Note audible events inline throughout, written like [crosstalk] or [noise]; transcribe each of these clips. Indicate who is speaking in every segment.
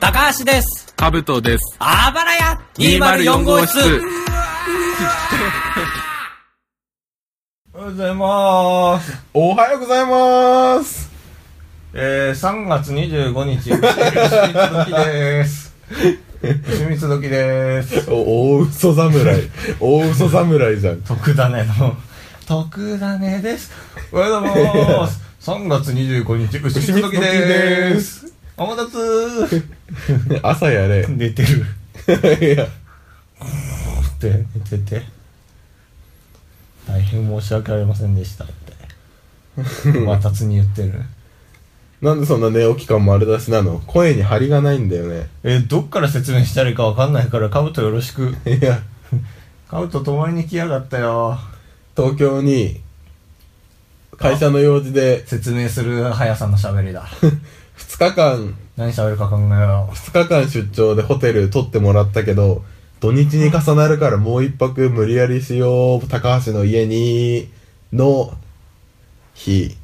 Speaker 1: 高橋です。
Speaker 2: カブトです。
Speaker 1: あばらや !204 号室
Speaker 3: おはようございます。おはようございます。えー、3月25日、牛三つ時です。牛三つ時です。
Speaker 4: お大嘘侍。大嘘侍じゃん。
Speaker 3: 徳種の、徳種です。おはようございます。3月25日、牛三つ時です。お待たせ
Speaker 4: 朝やれ。
Speaker 3: 寝てる。
Speaker 4: [laughs] いや、
Speaker 3: って、寝てて。大変申し訳ありませんでしたって。またつに言ってる。
Speaker 4: なんでそんな寝起き感丸出しなの声に張りがないんだよね。
Speaker 3: えー、どっから説明したらいいかわかんないから、カブトよろしく。
Speaker 4: いや、
Speaker 3: カウト泊まりに来やがったよ
Speaker 4: 東京に、会社の用事で、
Speaker 3: 説明する速さの喋りだ [laughs]
Speaker 4: 2日間、
Speaker 3: 何喋るか考えよ
Speaker 4: 2日間出張でホテル取ってもらったけど、土日に重なるからもう一泊無理やりしよう、高橋の家に、の、日。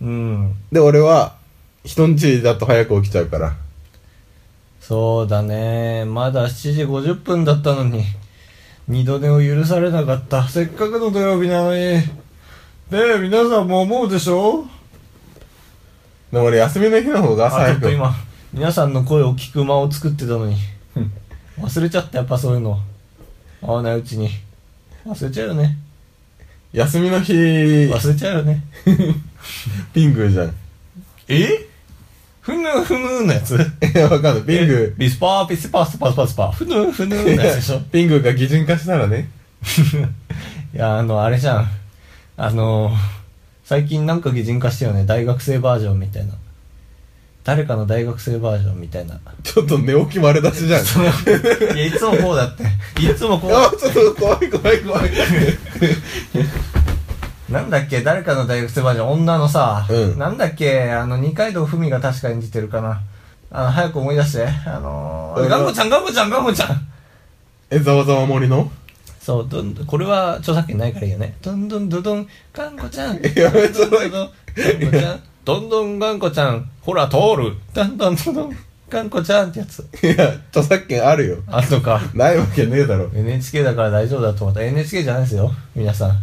Speaker 3: ううん
Speaker 4: で、俺は、人んちだと早く起きちゃうから。
Speaker 3: そうだねまだ7時50分だったのに二度寝を許されなかったせっかくの土曜日なのにねえ皆さんも思うでしょ
Speaker 4: でも俺休みの日の方が朝
Speaker 3: あちょ
Speaker 4: 早
Speaker 3: っ
Speaker 4: く
Speaker 3: と。今皆さんの声を聞く間を作ってたのに忘れちゃったやっぱそういうの会わないうちに忘れちゃうよね
Speaker 4: 休みの日、
Speaker 3: 忘れちゃうよね
Speaker 4: ピングじゃん。
Speaker 3: えふぬふぬのやつ
Speaker 4: いや、わかん [laughs] ない。ピング、
Speaker 3: ビスパー、ビスパー、スパースパースパー。ふぬーふぬーのやつでしょ
Speaker 4: [laughs] ピングが擬人化したらね。
Speaker 3: [laughs] いや、あの、あれじゃん。あのー、最近なんか擬人化したよね。大学生バージョンみたいな。誰かの大学生バージョンみたい
Speaker 4: [laughs]
Speaker 3: な。
Speaker 4: ちょっと寝起き丸出しじゃん。
Speaker 3: そのいや、いつもこうだって。いつもこうだ
Speaker 4: [laughs] あ、ちょっと怖い怖い
Speaker 3: [laughs]
Speaker 4: 怖い。
Speaker 3: なんだっけ誰かの大学生バージョン、女のさ、
Speaker 4: うん
Speaker 3: なんだっけあの、二階堂ふみが確か演じてるかな。あの、早く思い出して。あの
Speaker 4: う
Speaker 3: ー、
Speaker 4: ん
Speaker 3: ガンコちゃん、ガンコちゃん、ガンコちゃん。
Speaker 4: え、ざわざわ森の [laughs]
Speaker 3: そう、どんどん、これは著作権ないからいいよね。どんどんどどん、がんこちゃん。
Speaker 4: [laughs] やめちゃう
Speaker 3: どんどんどんがんこちゃん。どんどんがんこちゃん。ほら、通る。どんどんどどん、がんこちゃんってやつ。
Speaker 4: いや、著作権あるよ。
Speaker 3: あとか。
Speaker 4: ないわけねえだろ。 [laughs]
Speaker 3: NHK だから大丈夫だと思った。NHK じゃないですよ。皆さん。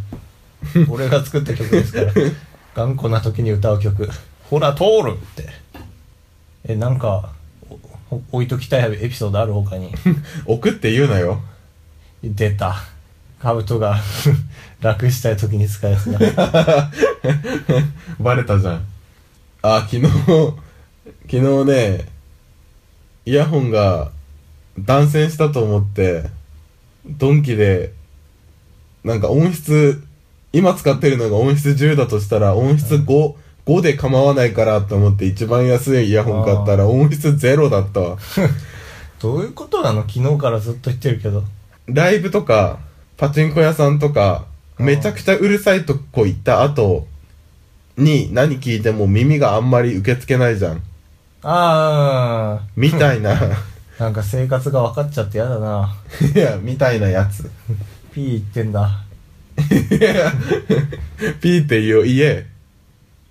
Speaker 3: 俺が作った曲です
Speaker 4: [laughs]
Speaker 3: から。頑固な時に歌う曲。ほら、通るって。え、なんか、おお置いときたいエピソードある他に。
Speaker 4: 送って言うなよ。
Speaker 3: 出た。カブトが [laughs] 楽したい時に使うやつだ。
Speaker 4: [laughs] バレたじゃん。あ、昨日、昨日ね、イヤホンが断線したと思って、ドンキで、なんか音質、今使ってるのが音質10だとしたら音質5、5で構わないからと思って一番安いイヤホン買ったら音質0だった [laughs] わ。
Speaker 3: どういうことなの昨日からずっと言ってるけど。
Speaker 4: ライブとか、パチンコ屋さんとか、
Speaker 3: あー
Speaker 4: めちゃくちゃうるさいとこ行った後に何聞いても耳があんまり受け付けないじゃん。
Speaker 3: あ
Speaker 4: みたいな、
Speaker 3: ー、なんか生活が分かっちゃってやだな。
Speaker 4: [laughs] いや、みたいなやつ。 [laughs]
Speaker 3: ピー言ってんだ。
Speaker 4: いや、ピーって言おう、言え。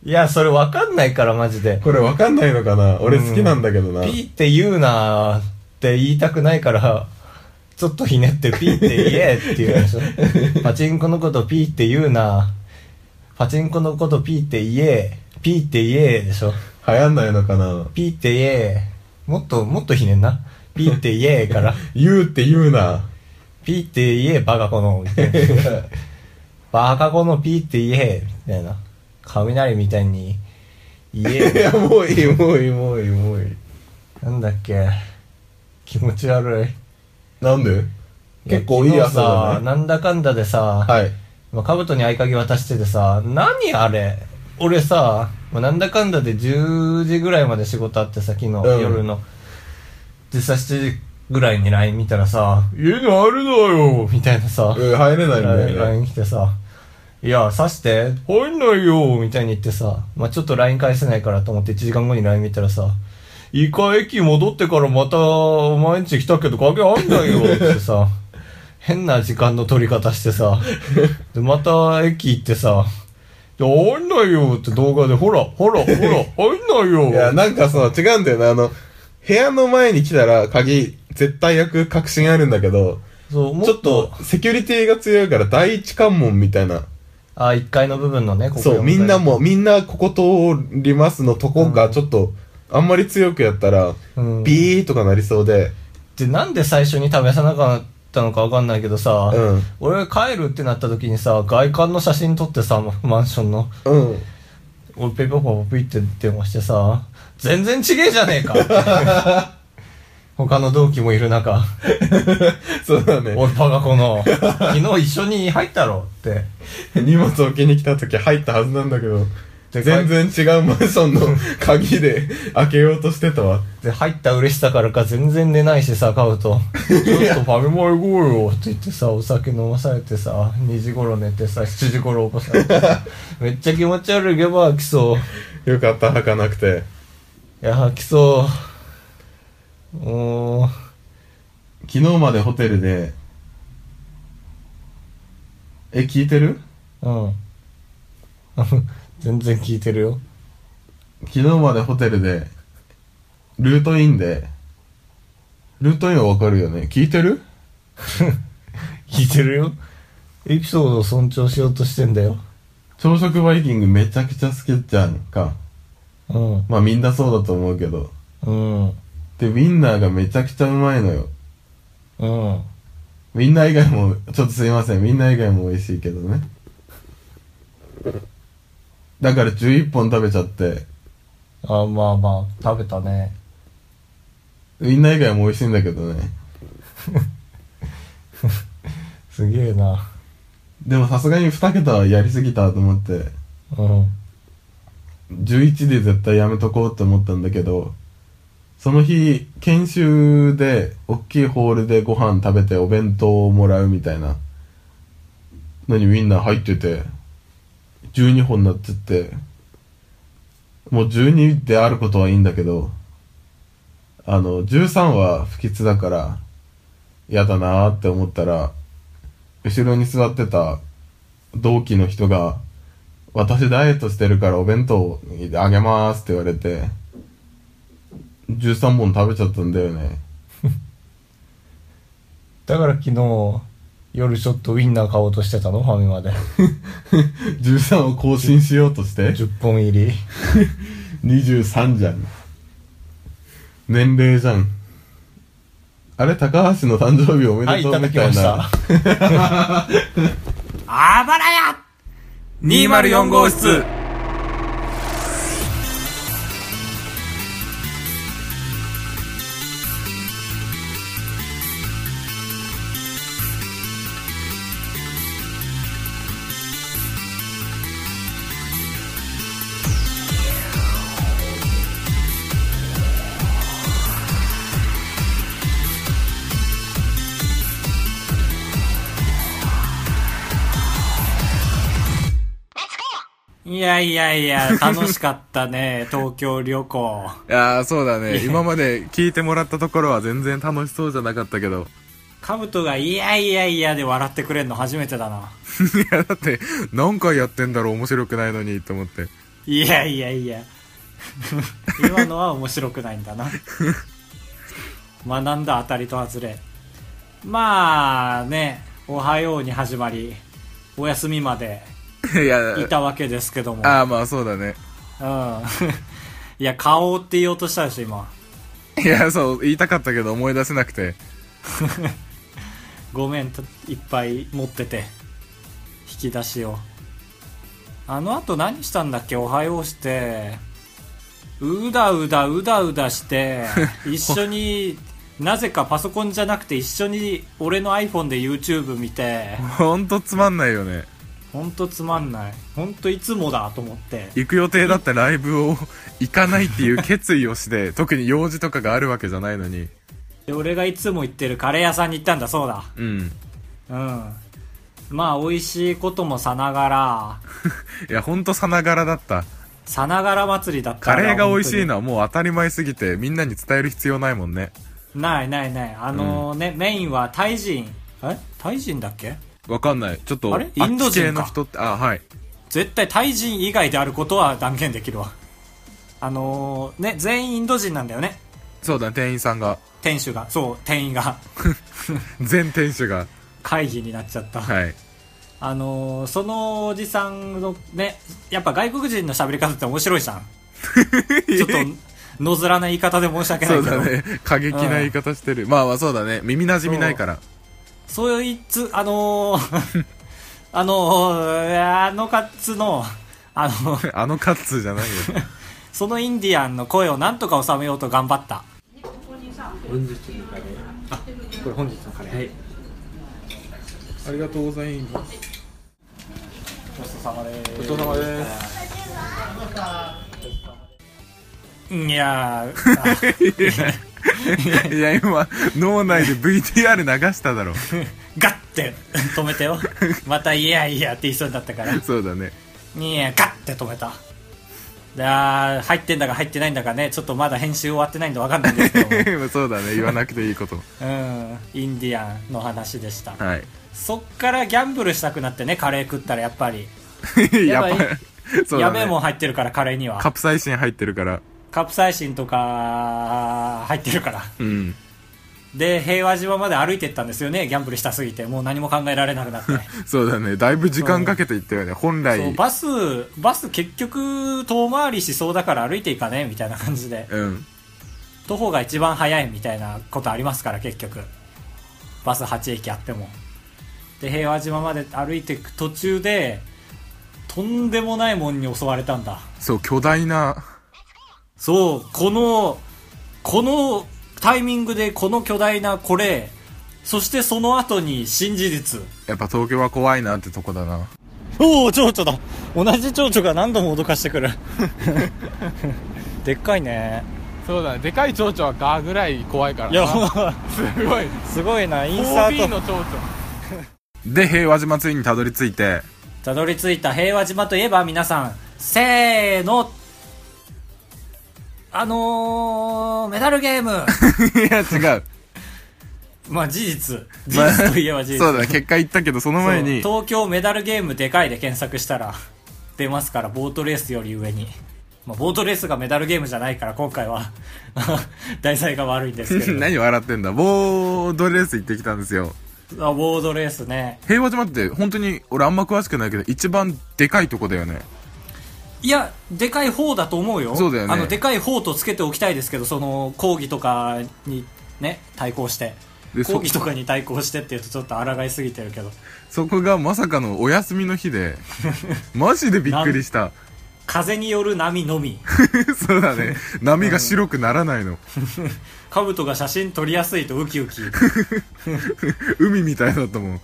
Speaker 3: いや、それ分かんないからマジで。
Speaker 4: これわかんないのかな俺好きなんだけどな。
Speaker 3: ピーって言うなーって言いたくないから、ちょっとひねってピーって言えって言うでしょ。パチンコのことピーって言うなーパチンコのことピーって言え、ピーって言えでしょ。
Speaker 4: 流行んないのかな
Speaker 3: ピーって言え、もっともっとひねんな。ピーって言えから、
Speaker 4: 言うって言うな。
Speaker 3: ピーって言えバカこ
Speaker 4: [laughs]
Speaker 3: の、みたいな。バカこのピーって言え、みたいな。雷みたいに言
Speaker 4: い
Speaker 3: え。
Speaker 4: [laughs] や、もういい、もういい、もういい、もういい。
Speaker 3: なんだっけ。気持ち悪い。
Speaker 4: なんで結構いい
Speaker 3: や
Speaker 4: やつ
Speaker 3: 昨日
Speaker 4: だ
Speaker 3: さ、
Speaker 4: ね。
Speaker 3: なんだかんだでさ、
Speaker 4: はい。
Speaker 3: まあ、カブトに合鍵渡しててさ、何あれ俺さ、まあ、なんだかんだで10時ぐらいまで仕事あってさ、昨日、
Speaker 4: うん
Speaker 3: 夜の。でさ、7時ぐらいに LINE 見たらさ、家にあるのよみたいなさ、
Speaker 4: うん入れないんだよね。
Speaker 3: LINE 来てさ、いや、刺して、入んないよみたいに言ってさ、まあ、ちょっと LINE 返せないからと思って1時間後に LINE 見たらさ、イカ駅戻ってからまたお前んち来たけど鍵あんないよって
Speaker 4: [laughs]
Speaker 3: さ、変な時間の取り方してさ、で、また駅行ってさ、いや、入
Speaker 4: [laughs]
Speaker 3: んないよって動画で、ほら、ほら、ほら、入んないよ。
Speaker 4: いや、なんかその違うんだよね。あの、部屋の前に来たら鍵絶対開く確信あるんだけど、
Speaker 3: そう、も
Speaker 4: ちょっとセキュリティが強いから第一関門みたいな。
Speaker 3: あ、1階の部分のね、ここ
Speaker 4: そう、みんな
Speaker 3: も
Speaker 4: も、みんなここ通りますのとこがちょっと、あんまり強くやったら、
Speaker 3: うん
Speaker 4: ビーとかなりそうで、
Speaker 3: でなんで最初に試さなかったのかわかんないけどさ、
Speaker 4: うん
Speaker 3: 俺帰るってなった時にさ外観の写真撮ってさマンションの
Speaker 4: うん。
Speaker 3: 俺ペイパーパーピって電話してさ全然ちげえじゃねえか他の同期もいる中
Speaker 4: [laughs] そうだ
Speaker 3: 「
Speaker 4: ね。
Speaker 3: おいバカこの昨日一緒に入ったろ」って
Speaker 4: 荷物置きに来た時入ったはずなんだけど、
Speaker 3: で
Speaker 4: 全然違うマンションの鍵で開けようとしてたわ。
Speaker 3: で入った嬉しさからか全然寝ないしさ買うと「ちょっとファミマ行こうよ」って言ってさお酒飲まされてさ2時頃寝てさ7時頃起こされてさめっちゃ気持ち悪いゲバー来そう
Speaker 4: よかった、開かなくて。
Speaker 3: いや吐きそうもう
Speaker 4: 昨日までホテルで、え、聞いてる
Speaker 3: うん [laughs] 全然聞いてるよ
Speaker 4: 昨日までホテルで、ルートインで、ルートインはわかるよね聞いてる
Speaker 3: 聞いてるよエピソードを尊重しようとしてんだよ
Speaker 4: 朝食バイキングめちゃくちゃ好きじゃんか。
Speaker 3: うん
Speaker 4: まあみんなそうだと思うけど。
Speaker 3: うん
Speaker 4: で、ウィンナーがめちゃくちゃうまいのよ。
Speaker 3: うん
Speaker 4: ウィンナー以外も、ちょっとすいません。ウィンナー以外も美味しいけどね。だから11本食べちゃって、
Speaker 3: あまあまあ食べたね
Speaker 4: ウィンナー以外も美味しいんだけどね。
Speaker 3: すげえな
Speaker 4: でもさすがに2桁はやりすぎたと思って、
Speaker 3: うん
Speaker 4: 11で絶対やめとこうって思ったんだけどその日研修で大きいホールでご飯食べてお弁当をもらうみたいなのにウィンナー入ってて12本になっちゃってもう12であることはいいんだけどあの13は不吉だから嫌だなーって思ったら後ろに座ってた同期の人が私ダイエットしてるからお弁当あげますって言われて、13本食べちゃったんだよね。 [laughs]
Speaker 3: だから昨日夜ちょっとウインナー買おうとしてたのファミマで [laughs]
Speaker 4: 13を更新しようとして、
Speaker 3: 10本入り
Speaker 4: 23じゃん。年齢じゃん。あれ、高橋の誕生日おめ
Speaker 3: は
Speaker 4: で
Speaker 3: いい
Speaker 4: と
Speaker 3: た
Speaker 4: う
Speaker 3: だ
Speaker 4: み
Speaker 3: き
Speaker 4: た
Speaker 3: ま
Speaker 4: い
Speaker 3: し
Speaker 4: な。
Speaker 3: た
Speaker 1: あばらや !204 号室いやいやいや、楽しかったね、 [laughs] 東京旅行。
Speaker 4: いやー、そうだ [laughs] ね。今まで聞いてもらったところは全然楽しそうじゃなかったけど。
Speaker 1: カブトがいやいやいやで笑ってくれんの初めてだな。
Speaker 4: いや、だって、何回やってんだろう、面白くないのに、と思って。
Speaker 1: いやいやいや。 [laughs] 今のは面白くないんだな。 [laughs] 学んだ当たりと外れ。まあね、おはように始まり、お休みまで
Speaker 4: いや
Speaker 1: いたわけですけども。
Speaker 4: ああ、まあそうだね。
Speaker 1: うん。 [laughs] いや、顔って言おうとしたでしょ、今。
Speaker 4: いや、そう、言いたかったけど思い出せなくて。
Speaker 1: ごめんと、いっぱい持ってて。引き出しを。あの後何したんだっけおはようして。うだうだうだうだ
Speaker 4: [laughs]
Speaker 1: して、一緒に、なぜかパソコンじゃなくて一緒に俺の iPhone で YouTube 見て、
Speaker 4: ほんとつまんないよね。
Speaker 1: ほんとつまんない。ほんといつもだと思って。
Speaker 4: 行く予定だったライブを行かないっていう決意をして、特に用事とかがあるわけじゃないのに。
Speaker 1: で、俺がいつも行ってるカレー屋さんに行ったんだ、そうだ。
Speaker 4: うん。
Speaker 1: うん。まあ、美味しいこともさながら、
Speaker 4: いや、ほんとさながらだった。
Speaker 1: さながら祭りだった
Speaker 4: カレーが美味しい
Speaker 1: な
Speaker 4: のはもう当たり前すぎて、みんなに伝える必要ないもんね。
Speaker 1: ないないないあのね、メインはタイ人えタイ人だっけ
Speaker 4: わかんない。ちょっと、
Speaker 1: あれインド人か
Speaker 4: あっち系の人って、あ、はい。
Speaker 1: 絶対タイ人 [laughs] 以外であることは断言できるわあのね全員インド人なんだよね
Speaker 2: そうだね、店員さんが。
Speaker 1: 店主がそう店員が [laughs]
Speaker 2: 全店主が。
Speaker 1: 会議になっちゃった、
Speaker 2: はい。
Speaker 1: あのーそのおじさんのねやっぱ外国人の喋り方って面白い [laughs] じゃんちょっと野面な言い方で申し訳ない
Speaker 2: そ
Speaker 1: け
Speaker 2: う
Speaker 1: ど
Speaker 2: だね。過激な言い方してる。まあまあそうだね。耳馴染みないから。
Speaker 1: そういういつ、あのー [laughs] あのーあのカッツの、あの、
Speaker 2: あのカッツじゃないよ。
Speaker 1: そのインディアンの声をなんとか収めようと頑張った。
Speaker 2: ありがとうございます。
Speaker 1: ごちそうさまで
Speaker 2: ごちそうさまです。
Speaker 1: いやー、
Speaker 2: いや、今、脳内で VTR 流しただろ。
Speaker 1: ガッて止めてよ。 [laughs] また、いやいやって言いそうになったから。
Speaker 2: そうだね。 [laughs]
Speaker 1: いや、ガッて止めた。いやー入ってんだか入ってないんだかね、ちょっとまだ編集終わってないんでわかんないんですけども
Speaker 2: そうだね。言わなくていいこと。
Speaker 1: うん、インディアンの話でした。
Speaker 2: はい。
Speaker 1: そっからギャンブルしたくなってね、カレー食ったらやっぱり。
Speaker 2: やっぱ
Speaker 1: やばい
Speaker 2: り、そうだ
Speaker 1: や
Speaker 2: ね。
Speaker 1: べえもん入ってるから、カレーには。
Speaker 2: カプサイシン入ってるから。
Speaker 1: カプサイシンとか入ってるから
Speaker 2: うん。
Speaker 1: で平和島まで歩いてったんですよねギャンブルしたすぎてもう何も考えられなくなって
Speaker 2: そうだね。だいぶ時間かけていったよね。本来。
Speaker 1: そうバスバス結局遠回りしそうだから歩いていかねみたいな感じで
Speaker 2: うん。
Speaker 1: 徒歩が一番早いみたいなことありますから結局バス8駅あってもで平和島まで歩いていく途中でとんでもないもんに襲われたんだ
Speaker 2: そう、巨大な、
Speaker 1: そう、この、このタイミングでこの巨大なこれ、そしてその後に新事実。
Speaker 2: やっぱ東京は怖いなってとこだな。
Speaker 1: おお、蝶々だ同じ蝶々が何度も脅かして [laughs] くる。でっかいね。
Speaker 5: そうだねでかい蝶々はガーぐらい怖いから
Speaker 1: いや、
Speaker 5: な
Speaker 1: もう
Speaker 5: すごい
Speaker 1: [laughs] すごいな、インサ
Speaker 5: OB
Speaker 1: ート。
Speaker 5: の蝶々
Speaker 2: で、平和島ついにたどり着いて、 [laughs]
Speaker 1: たどり着いた平和島といえば皆さん、せーの。あのー、メダルゲー [laughs] ム。
Speaker 2: いや、違う。
Speaker 1: まあ事実。事 [laughs] 実といえば事実。
Speaker 2: そうだね。結果言ったけど、その前に、
Speaker 1: そう東京メダルゲームでかいで検索したら出ますからボートレースより上に、まあ、ボートレースがメダルゲームじゃないから今回は [laughs] 題材が悪いんですけど
Speaker 2: [laughs] [laughs] 何笑ってんだ。ボードレース行ってきたんですよ。
Speaker 1: あボートレースね
Speaker 2: 平和島って、本当に、俺あんま詳しくないけど、一番でかいとこだよね。
Speaker 1: いやでかい方だと思うよ
Speaker 2: そうだよね
Speaker 1: あのでかい方とつけておきたいですけどその抗議とかにね対抗して
Speaker 2: でそ
Speaker 1: 抗議とかに対抗してっていうとちょっと抗いすぎてるけど
Speaker 2: そこがまさかのお休みの
Speaker 1: [laughs]
Speaker 2: 日で、マジでびっくりした。
Speaker 1: 風による波の
Speaker 2: [laughs]
Speaker 1: み
Speaker 2: そうだね。波が白くならないの。
Speaker 1: 兜が写真撮りやすいとウキウキ
Speaker 2: 海みたいだったもん。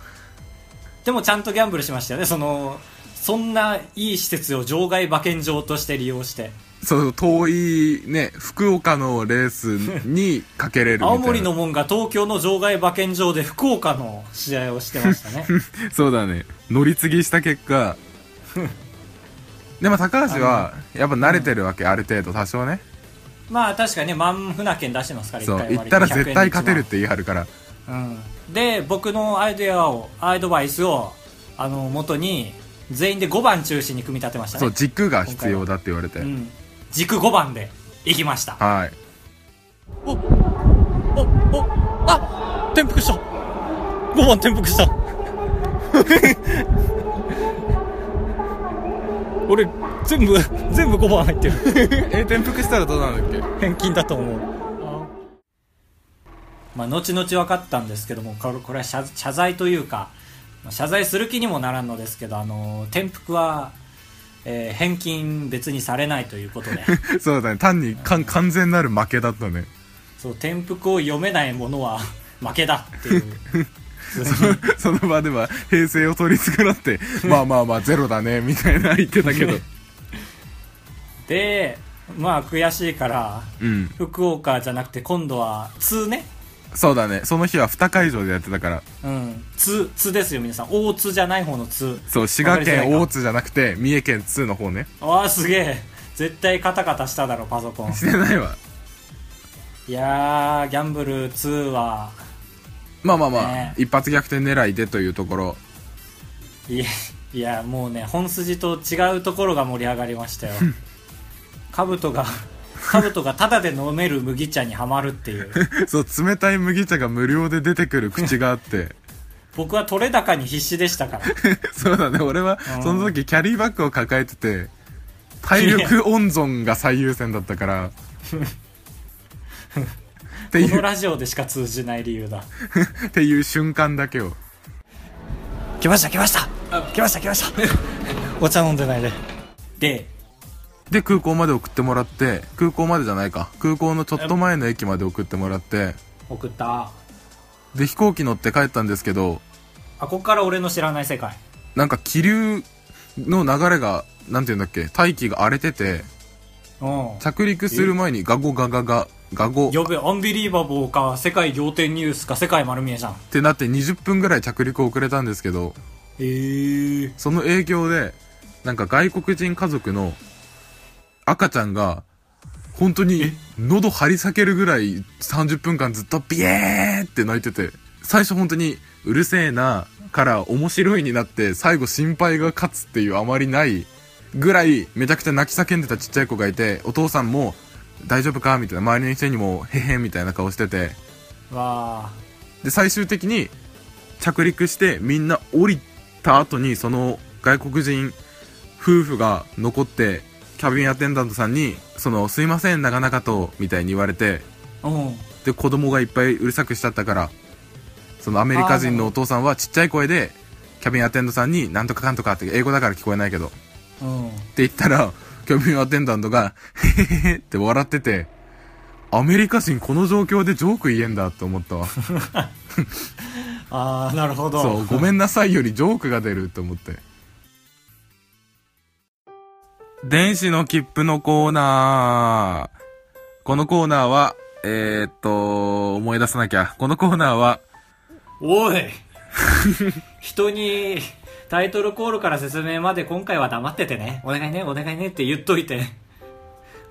Speaker 1: でもちゃんとギャンブルしましたよね。その、そんないい施設を場外馬券場として利用して。
Speaker 2: そう、遠いね、福岡のレースにかけれるみたいな。
Speaker 1: 青森の門が東京の場外馬券場で福岡の試合をしてました
Speaker 2: [laughs]
Speaker 1: ね。
Speaker 2: そうだね乗り継ぎした結果でも高橋はやっぱ慣れてるわけ、ある程度多少ね
Speaker 1: まあ確かにね、万船券出してますから、
Speaker 2: そう
Speaker 1: 一回割り
Speaker 2: 行ったら絶対勝てるっ。て言い張るから
Speaker 1: 100円で一番うん。で、僕のアイデアを、アドバイスを、あの、元に、全員で5番中心に組み立てましたね。
Speaker 2: そう軸が必要だって言われて、
Speaker 1: うん。軸5番で、行きました。
Speaker 2: はい
Speaker 1: おおおあ転覆した5番転覆した [laughs] 俺全部全部5番入ってる
Speaker 2: え転覆したらどうなるんだっ
Speaker 1: 返金だと思うまあ後々分かったんですけどもこれこれは謝謝罪というかまあ謝罪する気にもならんのですけどあの転覆は、えー返金別にされないということ [laughs] で
Speaker 2: け [laughs] そうだね単にかん完全なる負けだったね
Speaker 1: そう転覆を読めないものは負けだっていう
Speaker 2: その場では平成を取り
Speaker 1: [laughs]
Speaker 2: 繕ってまあまあまあゼロだねみたいな言ってたけど
Speaker 1: でまあ悔しいから
Speaker 2: うん
Speaker 1: 福岡じゃなくて今度は通ね
Speaker 2: そうだねその日は2会場でやってたから
Speaker 1: うん通通ですよ皆さん大津じゃない方の通
Speaker 2: そう滋
Speaker 1: わ
Speaker 2: 賀
Speaker 1: かりづらい
Speaker 2: 県
Speaker 1: か
Speaker 2: 大津じゃなくて三重県津の方ね
Speaker 1: ああすげえ絶対カタカタしただろパソ
Speaker 2: [laughs]
Speaker 1: コン
Speaker 2: してないわ
Speaker 1: いやーギャンブル2は
Speaker 2: まあまあまあ、
Speaker 1: ね
Speaker 2: 一発逆転狙いでというところ
Speaker 1: いやいや
Speaker 2: [laughs]
Speaker 1: もうね本筋と違うところが盛り上がりましたよ兜がカブトがタダで飲める麦茶にはまるっていう。
Speaker 2: そう、冷たい麦茶が無料で出てくる口があって。 [laughs]
Speaker 1: 僕は取れ高に必死でしたから。
Speaker 2: そうだね、俺は、その時キャリーバッグを抱えてて、体力温存が最優先だっ
Speaker 1: [laughs]
Speaker 2: たから。ってい
Speaker 1: この
Speaker 2: う、
Speaker 1: ラジオでしか通じない理由だ。
Speaker 2: っていう瞬間だけを。
Speaker 1: 来ました来ました来ました来ました [laughs] お茶飲んでないで。で、
Speaker 2: で、空港まで送ってもらって、空港までじゃないか。空港のちょっと前の駅まで送ってもらって、
Speaker 1: 送った。
Speaker 2: で、飛行機乗って帰ったんですけど、
Speaker 1: あ、こっから俺の知らない世界。
Speaker 2: なんか気流の流れが、なんていうんだっけ、大気が荒れてて、
Speaker 1: うん。
Speaker 2: 着陸する前にガゴガガガ、ガゴっ
Speaker 1: 呼べ、アンビリーバボーか、世界仰天ニュースか、世界丸見えじゃん。
Speaker 2: てなって20分ぐらい着陸遅れたんですけど、
Speaker 1: ええー。
Speaker 2: その影響で、なんか外国人家族の赤ちゃんが、本当に喉張り裂けるぐらい30分間ずっとビエーって泣いてて、最初本当にうるせえなから面白いになって最後心配が勝つっていうあまりないぐらいめちゃくちゃ泣き叫んでたちっちゃい子がいて、お父さんも大丈夫かみたいな周りの人にもへへみたいな顔してて、
Speaker 1: わあ。
Speaker 2: で最終的に着陸してみんな降りた後にその外国人夫婦が残ってキャビンアテンダントさんに「そのすいません長々と」みたいに言われて
Speaker 1: うん。
Speaker 2: で子供がいっぱいうるさくしちゃったからそのアメリカ人のお父さんはちっちゃい声でキャビンアテンダントさんに「なんとかかんとか」って英語だから聞こえないけどって
Speaker 1: うん。
Speaker 2: 言ったらキャビンアテンダントが「へへへ」って笑っててアメリカ人この状況でジョーク言えんだと思ったわ
Speaker 1: ああ、なるほど。
Speaker 2: そう、ごめんなさいよりジョークが出ると思って。 [laughs] 電子の切符のコーナー。このコーナーは、えー、っと、思い出さなきゃ。このコーナーは、
Speaker 1: おい [laughs] 人にタイトルコールから説明まで今回は黙っててねお願いねお願いねって言っといて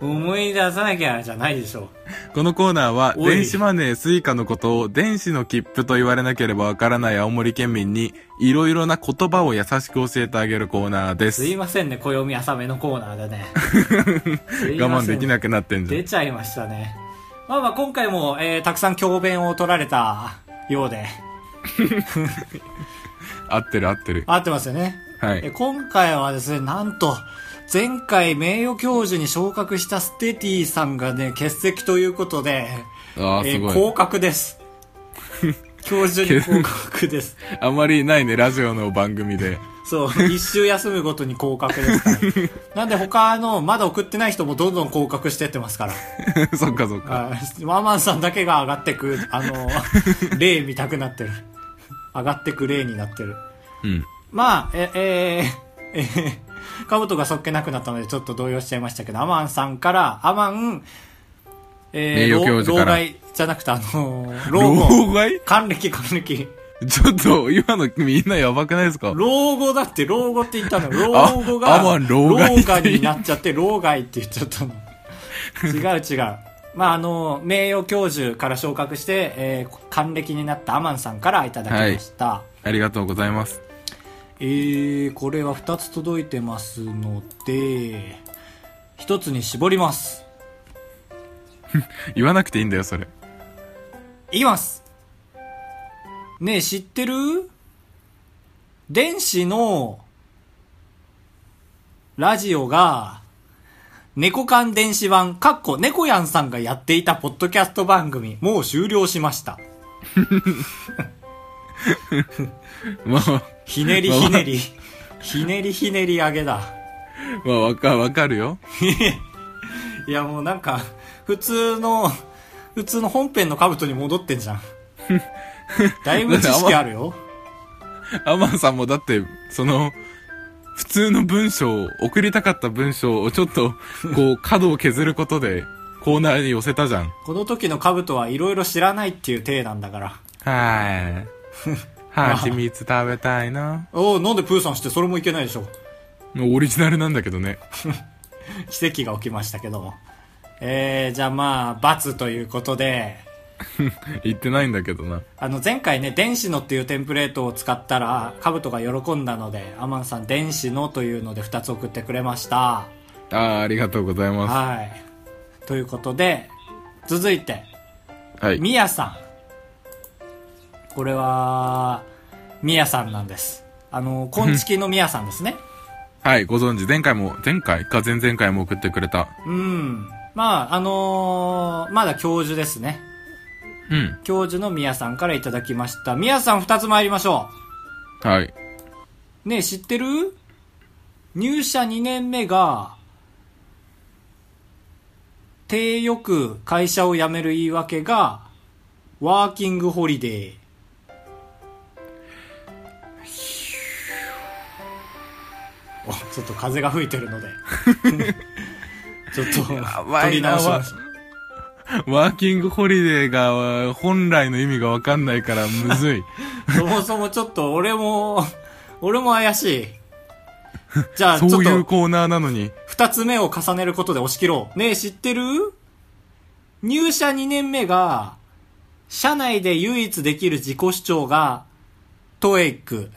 Speaker 1: 思い出さなきゃじゃないでしょ
Speaker 2: このコーナーは、
Speaker 1: おい
Speaker 2: 電子マネースイカのことを電子の切符と言われなければわからない青森県民に、いろいろな言葉を優しく教えてあげるコーナーですす。
Speaker 1: いませんね暦浅めのコーナーだねすい
Speaker 2: [laughs] 我
Speaker 1: ま
Speaker 2: 慢
Speaker 1: せん
Speaker 2: できなくなってんじゃ
Speaker 1: 出
Speaker 2: ん。
Speaker 1: ちゃいましたねまあまあ今回も、えーたくさん教鞭を取られたようで
Speaker 2: 合ってる合ってる。
Speaker 1: 合ってますよね
Speaker 2: は
Speaker 1: え
Speaker 2: い。
Speaker 1: 今回はですね、なんと、前回名誉教授に昇格したステティさんがね、欠席ということで、
Speaker 2: ああ、
Speaker 1: え
Speaker 2: す
Speaker 1: ー
Speaker 2: ごい。
Speaker 1: 降格
Speaker 2: [laughs]
Speaker 1: です。教授に降格です。
Speaker 2: あんまりないね、ラジオの番組で。 [laughs]
Speaker 1: そう、一周休むごとに降格ですから。なんで他の、まだ送ってない人もどんどん降格してってますから。
Speaker 2: そっかそっか。
Speaker 1: あーワンマンさんだけが上がってく、あ
Speaker 2: [laughs]
Speaker 1: の、例見たくなってる。上がってく例になってる。
Speaker 2: うん。
Speaker 1: まあ、え、えー、えー、カブトがそっけなくなったのでちょっと動揺しちゃいましたけど、アマンさんから、アマン、え
Speaker 2: 名誉教授
Speaker 1: 老
Speaker 2: から
Speaker 1: 害じゃなくて、あのー、老後。
Speaker 2: 老害
Speaker 1: 還暦、還暦。
Speaker 2: ちょっと、今のみんなやばくないですか
Speaker 1: 老後だって、老後って言ったの。老後が、
Speaker 2: あアマン老害って
Speaker 1: 老害になっちゃって、老害って言っちゃったの。 [laughs] 違う違う。まあ、あの、名誉教授から昇格して、えー、還暦になったアマンさんからいただきました。
Speaker 2: ありがとうございます。
Speaker 1: えー、これは2つ届いてますので1つに絞ります
Speaker 2: 言わなくていいんだよ、それ。
Speaker 1: いきますねえ知ってる電子のラジオが猫缶電子版かっこ猫やんさんがやっていたポッドキャスト番組もう終了しました
Speaker 2: まあ、
Speaker 1: ひねりひねりひねりひねり上げだ
Speaker 2: まあ、わか、わかるよ。
Speaker 1: いやもうなんか、普通の、普通の本編の兜に戻ってんじゃん。だいぶ知識あるよ。
Speaker 2: アマンさんもだって、その、普通の文章、送りたかった文章をちょっと、こう、角を削ることで、コーナーに寄せたじゃん。
Speaker 1: この時の兜はいろいろ知らないっていう体なんだから。
Speaker 2: [laughs] はーい。蜂蜜食べたいな。
Speaker 1: おおなんでプーさんしてそれもいけないでしょ。
Speaker 2: もうオリジナルなんだけどね。
Speaker 1: 奇跡が起きましたけども。えー、じゃあまあ、罰ということで、
Speaker 2: 言ってないんだけどな。
Speaker 1: あの前回ね、電子のっていうテンプレートを使ったら、兜が喜んだので、アマンさん電子のというので2つ送ってくれました。
Speaker 2: ああ、ありがとうございます。
Speaker 1: はい。ということで、続いて、
Speaker 2: はい。
Speaker 1: みやさん。これは、みやさんなんです。あの、昆虫のみやさんですね。
Speaker 2: はい、ご存知、前回も、前回か前々回も送ってくれた。
Speaker 1: うん。まあ、あのーまだ教授ですね。
Speaker 2: うん。
Speaker 1: 教授のみやさんからいただきました。みやさん二つ参りましょ
Speaker 2: はい。
Speaker 1: う。ねえ、知ってる入社2年目が、手よく会社を辞める言い訳が、ワーキングホリデー。あちょっと風が吹いてるので。ちょっと、取り直しました。
Speaker 2: ワーキングホリデーが、本来の意味がわかんないから、むず [laughs] い。
Speaker 1: そもそもちょっと俺も、 [laughs] 俺も怪しい。じゃあ、ちょっ
Speaker 2: そういう
Speaker 1: と、
Speaker 2: コーナーなのに。
Speaker 1: 二つ目を重ねることで押し切ろう。ねえ、知ってる入社2年目が、社内で唯一できる自己主張が、トエイク。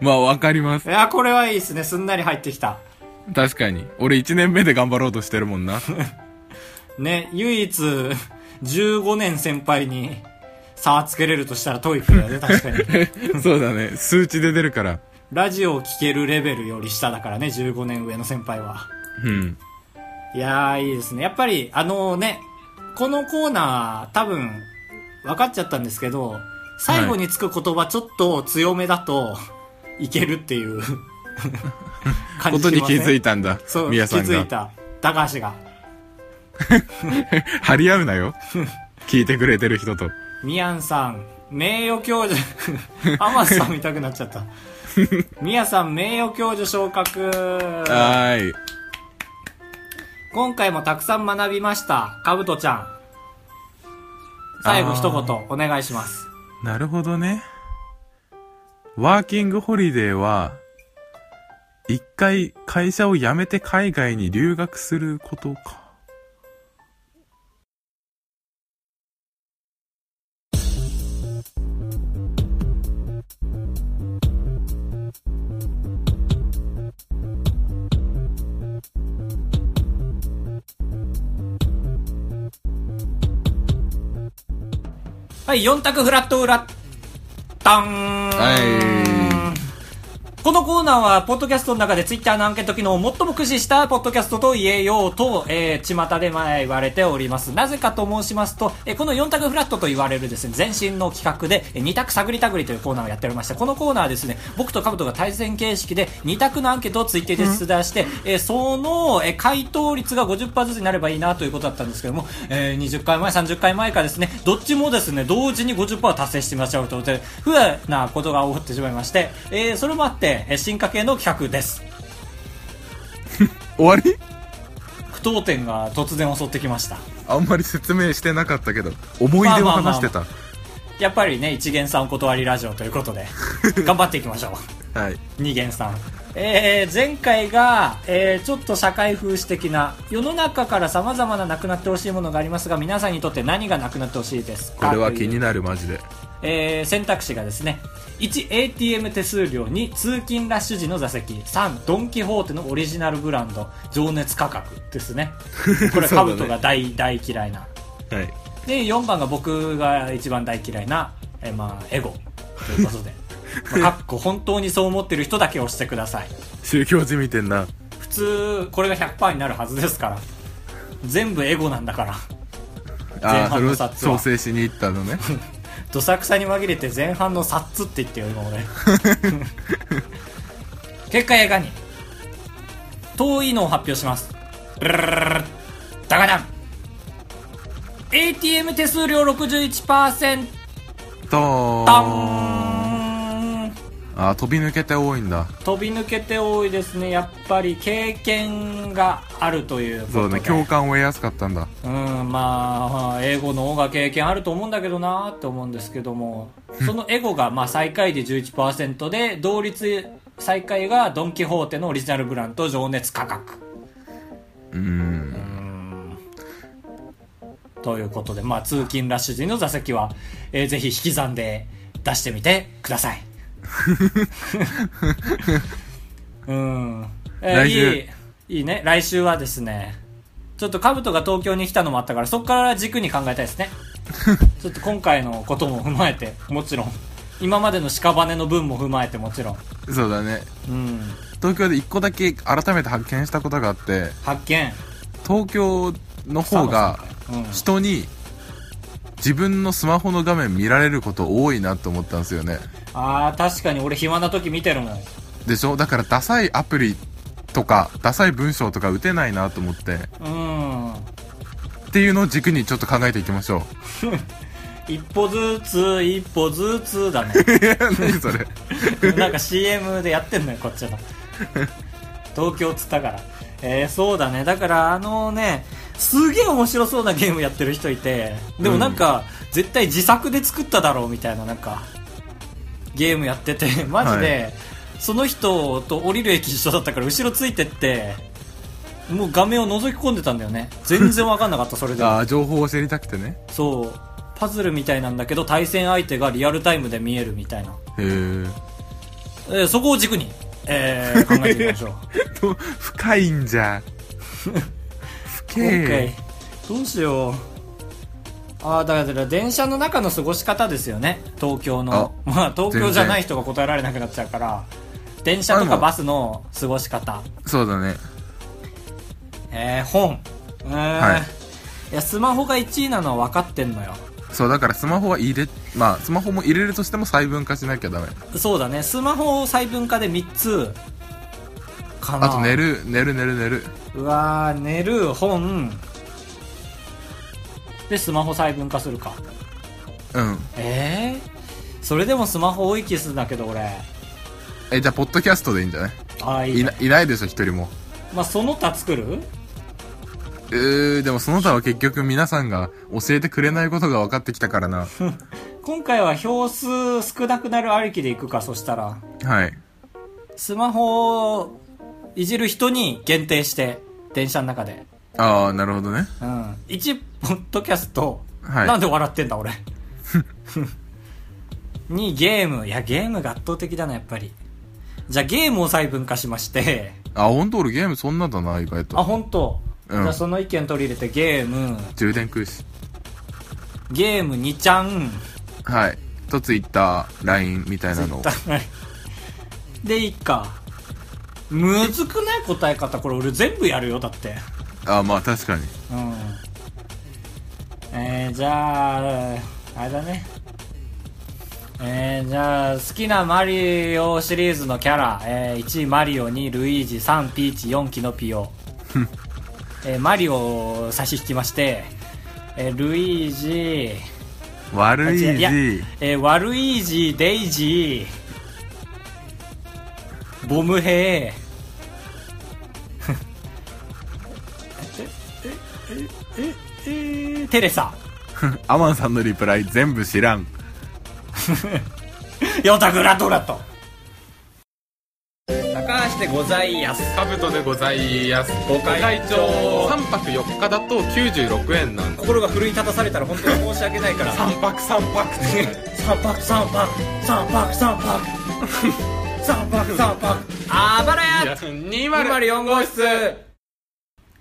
Speaker 2: まあ、わかります
Speaker 1: い。や、これはいいですね。すんなり入ってきた。
Speaker 2: 確かに。俺1年目で頑張ろうとしてるもん [laughs] な。
Speaker 1: ね、唯一、15年先輩に差をつけれるとしたらトイックだよね、確かに。
Speaker 2: [laughs] そうだね。数値で出るから。
Speaker 1: ラジオを聞けるレベルより下だからね、15年上の先輩は。
Speaker 2: うん。
Speaker 1: いやー、いいですね。やっぱり、あのね、このコーナー、多分、分かっちゃったんですけど、最後につく言葉ちょっと強めだと、 [laughs] いけるっていう
Speaker 2: [laughs]
Speaker 1: 感
Speaker 2: こ
Speaker 1: じ
Speaker 2: とに気づ
Speaker 1: い
Speaker 2: いたんだ。
Speaker 1: そう、
Speaker 2: み
Speaker 1: 気
Speaker 2: やさん
Speaker 1: づい
Speaker 2: が。
Speaker 1: た。高橋が。
Speaker 2: 張り合うな [laughs] よ。聞いてくれてる人と。
Speaker 1: みやんさん、名誉教
Speaker 2: [laughs]
Speaker 1: 授、アマさん見たくなっちゃった。みやさん、名誉教授昇格。
Speaker 2: はーい。
Speaker 1: 今回もたくさん学びました。かぶとちゃん。最後一言、お願いします。
Speaker 2: なるほどね。ワーキングホリデーは、一回会社を辞めて海外に留学することか。
Speaker 1: はい、4択フラット裏、ダン、
Speaker 2: は
Speaker 1: このコーナーは、ポッドキャストの中でツイッターのアンケート機能を最も駆使した、ポッドキャストと言えようと、えー、巷で前言われております。なぜかと申しますと、えーこの4択フラットと言われるですね、前身の企画で、え2択探り探りというコーナーをやっておりまして、このコーナーはですね、僕とカブトが対戦形式で2択のアンケートをツイッターで出題して、えーその、えー回答率が50%ずつになればいいなということだったんですけども、えー20回前、30回前かですね、どっちもですね、同時に50%達成してみましょうということで、不安なことが起こってしまいまして、えーそれもあって、えー進化系の企画です。
Speaker 2: 終わり
Speaker 1: 不当点が突然襲ってきました。
Speaker 2: あんまり説明してなかったけど、思い出を話してた。
Speaker 1: やっぱりね、一元さんお断りラジオということで、頑張っていきましょう。
Speaker 2: はい。
Speaker 1: 二元さん。えー前回が、えーちょっと社会風刺的な、世の中から様々ななくなってほしいものがありますが、皆さんにとって何がなくなってほしいです
Speaker 2: こ
Speaker 1: か
Speaker 2: れは
Speaker 1: という
Speaker 2: 気になる、マジで。
Speaker 1: えー選択肢がですね 1ATM 手数料2通勤ラッシュ時の座席3ドン・キホーテのオリジナルブランド情熱価格です
Speaker 2: [laughs]
Speaker 1: ねこれ
Speaker 2: そうだ
Speaker 1: カ
Speaker 2: ね
Speaker 1: ブトが大、大嫌いな
Speaker 2: はい。
Speaker 1: で4番が僕が一番大嫌いな、えーまあ、エゴという
Speaker 2: [laughs]
Speaker 1: ことでまあかっこ本当にそう思ってる人だけ押してください
Speaker 2: 宗教じみてんな。
Speaker 1: 普通これが100%になるはずですから全部エゴなんだから前
Speaker 2: ああ、そ
Speaker 1: 半
Speaker 2: れ
Speaker 1: の
Speaker 2: を
Speaker 1: 札は
Speaker 2: 創生しに行った
Speaker 1: [laughs]
Speaker 2: のね。
Speaker 1: どさくさに紛れて前半のサッツって言ってよ今俺結果映画に遠いのを発表しますルルルルルルダガダン ATM 手数料61%
Speaker 2: とーあー、飛び抜けて多いんだ。
Speaker 1: 飛び抜けて多いですねやっぱり経験があるというこ
Speaker 2: そ
Speaker 1: と
Speaker 2: う
Speaker 1: で
Speaker 2: ね、共感を得やすかったんだ。
Speaker 1: うんまあ英語の方が経験あると思うんだけどなって思うんですけどもそのエゴがまあ最下位で11%で同率最下位がドン・キホーテのオリジナルブランド情熱価格
Speaker 2: うーん。
Speaker 1: ということで、まあ、通勤ラッシュ時の座席は、えーぜひ引き算で出してみてくださ
Speaker 2: [laughs]
Speaker 1: いうん、えー
Speaker 2: 来週
Speaker 1: いいいいね。来週はですね、ちょっとカブトが東京に来たのもあったから、そこから軸に考えたいです
Speaker 2: [laughs]
Speaker 1: ね。ちょっと今回のことも踏まえて、もちろん。今までの屍の分も踏まえてもちろん。
Speaker 2: そうだね
Speaker 1: うん。
Speaker 2: 東京で一個だけ改めて発見したことがあって
Speaker 1: 発見。
Speaker 2: 東京の方が
Speaker 1: うん。
Speaker 2: 人に自分のスマホの画面見られること多いなと思ったんですよね
Speaker 1: あー、確かに俺暇な時見てるもん。
Speaker 2: でしょだからダサいアプリとかダサい文章とか打てないなと思って
Speaker 1: うん。
Speaker 2: っていうのを軸にちょっと考えていきましょう [laughs]
Speaker 1: 一歩ずつ、一歩ずつだね。
Speaker 2: 何それ
Speaker 1: なんか CM でやってんのよ、こっちの。東京っつったから。えー、そうだね。だから、あのね、すげえ面白そうなゲームやってる人いて、でもなんか、絶対自作で作っただろうみたいな、なんか、ゲームやってて、マジで、その人と降りる駅一緒だったから、後ろついてって、もう画面を覗き込んでたんだよね。全然わかんなかった、それでも。
Speaker 2: [laughs] ああ情報を知りたくてね
Speaker 1: そう。パズルみたいなんだけど、対戦相手がリアルタイムで見えるみたいな。
Speaker 2: へえ
Speaker 1: えーそこを軸に、えー考えていきましょう。
Speaker 2: [laughs] 深いんじゃ深
Speaker 1: 今
Speaker 2: え
Speaker 1: 回、どうしよう。ああ、だから電車の中の過ごし方ですよね。東京の。まあ、東京じゃない人が答えられなくなっちゃうから、電車と
Speaker 2: あで
Speaker 1: か
Speaker 2: も
Speaker 1: バスの過ごし方。
Speaker 2: そうだね
Speaker 1: えー、本。うーん。
Speaker 2: はい
Speaker 1: い、や、スマホが1位なのは分かってんのよ。
Speaker 2: そうだからスマホは入れまあスマホも入れるとしても細分化しなきゃダメ
Speaker 1: そうだね。スマホを細分化で3つ。かな。
Speaker 2: あと寝る寝る寝る寝る
Speaker 1: うわー寝る本でスマホ細分化するか
Speaker 2: うん
Speaker 1: ええー、それでもスマホ多い気するんだけど俺
Speaker 2: えじゃあポッドキャストでいいんじゃない
Speaker 1: ああいい,、ね
Speaker 2: いないないでしょ一人も
Speaker 1: まあ、その他作る
Speaker 2: えー、でもその他は結局皆さんが教えてくれないことが分かってきたからな
Speaker 1: 今回は票数少なくなるありきでいくかそしたら
Speaker 2: はい
Speaker 1: スマホをいじる人に限定して電車の中で
Speaker 2: ああなるほどね
Speaker 1: うん1ポッドキャスト、
Speaker 2: はい
Speaker 1: なんで笑ってんだ俺 [laughs] にゲームいやゲームが圧倒的だなやっぱりじゃあゲームを細分化しまして
Speaker 2: あ本当俺ゲームそんなだな意外
Speaker 1: あ
Speaker 2: と
Speaker 1: 本当。
Speaker 2: うん
Speaker 1: じゃあその意見取り入れてゲーム
Speaker 2: 充電食うし
Speaker 1: ゲーム2ちゃん
Speaker 2: はいと TwitterLINE みたいなのを
Speaker 1: [laughs] でいいかむずくない答え方これ俺全部やるよだって
Speaker 2: あまあ確かに
Speaker 1: うんえー、じゃああれだねえー、じゃあ好きなマリオシリーズのキャラ、えー、1位マリオ2ルイージ3ピーチ4キノピオ、えー、マリオを差し引きまして、えー、ルイージ
Speaker 2: 悪い
Speaker 1: いや
Speaker 2: 字
Speaker 1: えー、悪い字、デイジー、ボム兵、えええええテレサ、
Speaker 2: アマンさんのリプライ全部知らん
Speaker 1: ヨタグラドラと。高橋でございやす。
Speaker 2: カブトでございますご
Speaker 1: 会長
Speaker 2: 3泊4日だと96円なんだ
Speaker 1: 心が奮い立たされたら本当に申し訳ないから。三
Speaker 2: 泊3泊
Speaker 1: 泊 [laughs] 三泊、三泊三 [laughs] 泊、三泊三泊、あばらや !204 号室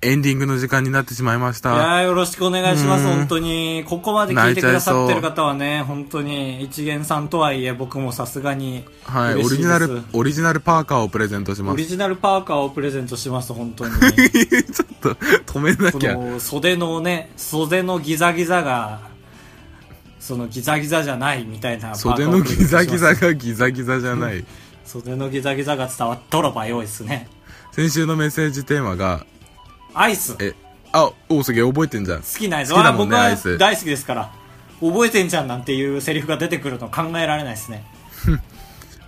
Speaker 2: エンディングの時間になってしまいまし
Speaker 1: いや
Speaker 2: た
Speaker 1: ーよろしくお願いします、
Speaker 2: うん
Speaker 1: 本当に。ここまで聞いてくださってる方はね、本当に、一元さんとはいえ、僕もさすがに、
Speaker 2: はい
Speaker 1: 嬉
Speaker 2: オ
Speaker 1: しいで
Speaker 2: リジ
Speaker 1: す
Speaker 2: ナルオリジナルパーカーをプレゼントしま
Speaker 1: オ
Speaker 2: す
Speaker 1: リジナルパーカーをプレゼントします、本当
Speaker 2: [laughs]
Speaker 1: に。
Speaker 2: ちょっと止めな
Speaker 1: こ
Speaker 2: きゃ
Speaker 1: の、袖のね、袖のギザギザが、そのギザギザじゃないみたいなパーカ
Speaker 2: 袖
Speaker 1: ーをプ
Speaker 2: の
Speaker 1: レ
Speaker 2: ギ
Speaker 1: ゼントします
Speaker 2: ザギザがギザギザじゃない
Speaker 1: 袖のギザギザが伝わっとればよいですね。
Speaker 2: 先週のメッセージテーマが
Speaker 1: アイス。好
Speaker 2: えあおすげえ覚えてんじゃん
Speaker 1: きなアイス。
Speaker 2: 好きだもん
Speaker 1: 僕
Speaker 2: ねア
Speaker 1: は
Speaker 2: イス
Speaker 1: 大好きですから。覚えてんじゃんなんていうセリフが出てくるの考えられないですね。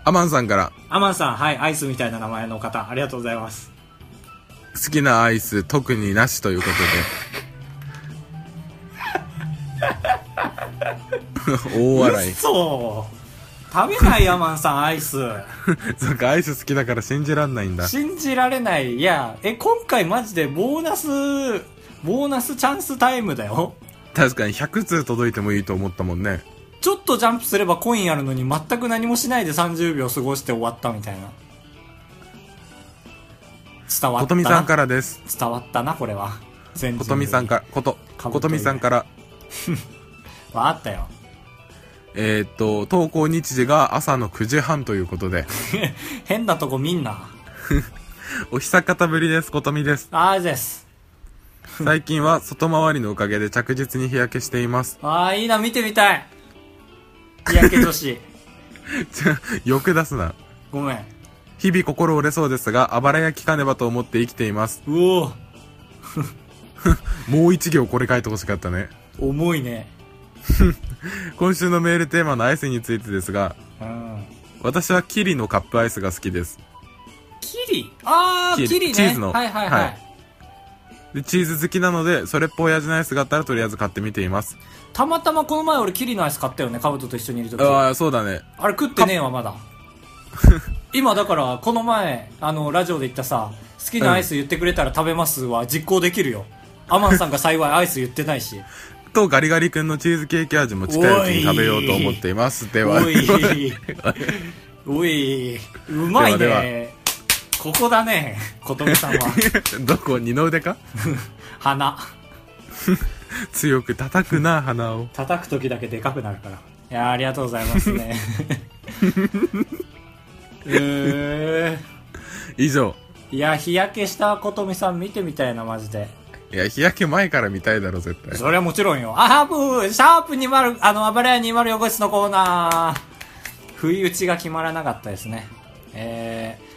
Speaker 2: アマンさんから
Speaker 1: アマンさん、はい、アイスみたいな名前の方、ありがとうございます。
Speaker 2: 好きなアイス特になしということで [laughs] 大笑い
Speaker 1: そう食べないアマンさん、アイス。
Speaker 2: そっかアイス好きだから信じらんないんだ
Speaker 1: 信じられない。いや、え、今回マジでボーナス、ボーナスチャンスタイムだよ。
Speaker 2: 確かに100通届いてもいいと思ったもんね
Speaker 1: ちょっとジャンプすればコインあるのに全く何もしないで30秒過ごして終わったみたいな。伝わ
Speaker 2: こ
Speaker 1: った
Speaker 2: と
Speaker 1: な
Speaker 2: みさんからです。
Speaker 1: 伝わったなこれは全人類
Speaker 2: ことみさんから、こと、
Speaker 1: かぶ
Speaker 2: こ
Speaker 1: と
Speaker 2: と
Speaker 1: いない
Speaker 2: みさんから、
Speaker 1: わかったよ
Speaker 2: えーっと、投稿日時が朝の9時半ということで、
Speaker 1: 変なとこ見んな
Speaker 2: お久方ぶりです、ことみです。
Speaker 1: あーです
Speaker 2: 最近は外回りのおかげで着実に日焼けしています。
Speaker 1: ああいいな見てみたい日焼け女子
Speaker 2: ちょ [laughs] 欲出すな。
Speaker 1: ごめん
Speaker 2: 日々心折れそうですが、あばらやきかねばと思って生きています。
Speaker 1: うおー
Speaker 2: もう一行これ書いてほしかったね。
Speaker 1: 重いね
Speaker 2: 今週のメールテーマのアイスについてですが、
Speaker 1: うん
Speaker 2: 私はキリのカップアイスが好きです。
Speaker 1: キリあー
Speaker 2: キリ
Speaker 1: キリね
Speaker 2: チーズの
Speaker 1: はいはいはい、
Speaker 2: はいで、チーズ好きなので、それっぽい味のアイスがあったらとりあえず買ってみています。
Speaker 1: たまたまこの前俺キリのアイス買ったよねカブトと一緒にいる時あ
Speaker 2: ああ、そうだね。
Speaker 1: れ食ってねえわまだ [laughs] 今だからこの前あのラジオで言ったさ好きなアイス言ってくれたら食べますは実行できるよ、アマンさんが幸いアイス言ってないし
Speaker 2: と、ガリガリ君のチーズケーキ味も近いうちに食べようと思っています。では、
Speaker 1: おいおいうまいね
Speaker 2: では
Speaker 1: ここだね琴美さん [laughs] は
Speaker 2: [laughs] どこ二の腕か
Speaker 1: 鼻
Speaker 2: 強く叩くな、鼻を。
Speaker 1: 叩く時だけでかくなるからいやーありがとうございます [laughs] ねえ
Speaker 2: 以上。
Speaker 1: ー、いや日焼けしたことみさん見てみたいなマジで
Speaker 2: いや、日焼け前から見たいだろ、絶対。
Speaker 1: それはもちろんよあーブーシャープ20あの暴れ屋204号室のコーナー不意打ちが決まらなかったですねえー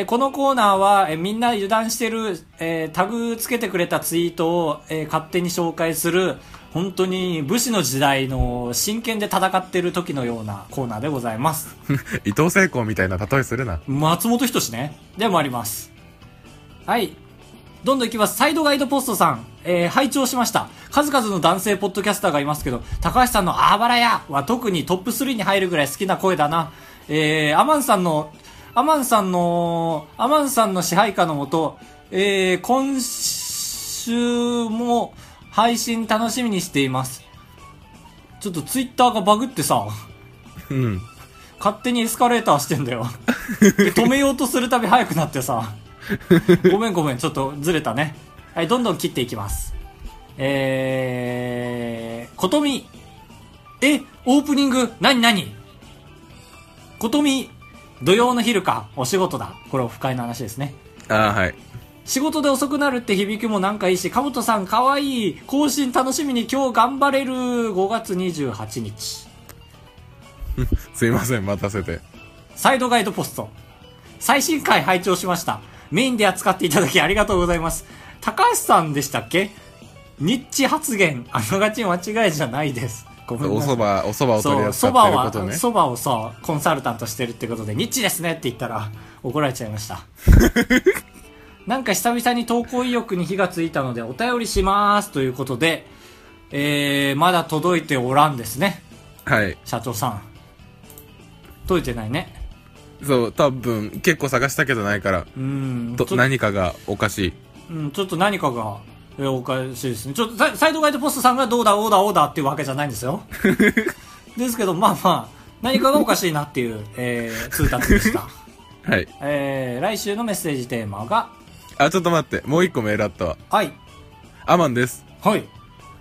Speaker 1: えーこのコーナーは、えーみんな油断してる、えータグつけてくれたツイートを、えー勝手に紹介する、本当に武士の時代の真剣で戦ってる時のようなコーナーでございます。
Speaker 2: 伊藤聖光みたいな例えするな。
Speaker 1: 松本人志ね。でもあります。はい。どんどんいきます。サイドガイドポストさん。えー、拝聴しました。数々の男性ポッドキャスターがいますけど、高橋さんのあばらやは特にトップ3に入るぐらい好きな声だな。えー、アマンさんの、アマンさんの、アマンさんの支配下のもと、えー、今週も配信楽しみにしています。ちょっとツイッターがバグってさ、
Speaker 2: うん。
Speaker 1: 勝手にエスカレーターしてんだよで止めようとするたび速くなってさごめんごめんちょっとずれたねはいどんどん切っていきますえー、ことみえオープニング何何ことみ土曜の昼かお仕事だこれオフ会の話ですね
Speaker 2: ああ、はい。
Speaker 1: 仕事で遅くなるって響きもなんかいいし、かぶとさんかわいい。更新楽しみに今日頑張れる。5月28日。
Speaker 2: すいません、待たせて。
Speaker 1: サイドガイドポスト。最新回拝聴しました。メインで扱っていただきありがとうございます。高橋さんでしたっけニッチ発言、あながち間違いじゃないです。ごめん
Speaker 2: お
Speaker 1: なさい
Speaker 2: 蕎。麦、お蕎麦を取り
Speaker 1: そう、そ
Speaker 2: 扱って
Speaker 1: ば
Speaker 2: るこ
Speaker 1: は、
Speaker 2: とね。
Speaker 1: そばをさ、コンサルタントしてるってことで、ニッチですねって言ったら、怒られちゃいま
Speaker 2: [laughs]
Speaker 1: した。なんか久々に投稿意欲に火がついたので、お便りしますということで、えー、まだ届いておらんですね。
Speaker 2: はい。
Speaker 1: 社長さん。届いてないね。
Speaker 2: そう、多分、結構探したけどないから、
Speaker 1: うーん。
Speaker 2: と
Speaker 1: ちょ
Speaker 2: 何かがおかしい。
Speaker 1: うん、ちょっと何かが、えーおかしいですね。ちょっとサイ、サイドガイドポストさんがどうだ、オーダー、オーダーっていうわけじゃないんです [laughs] よ。ですけど、まあまあ、何かがおかしいなっていう、えー、通達で [laughs] した。
Speaker 2: はい。
Speaker 1: えー、来週のメッセージテーマが、
Speaker 2: あ、ちょっと待って。もう一個メールあったわ。
Speaker 1: はい。
Speaker 2: アマンです。
Speaker 1: はい。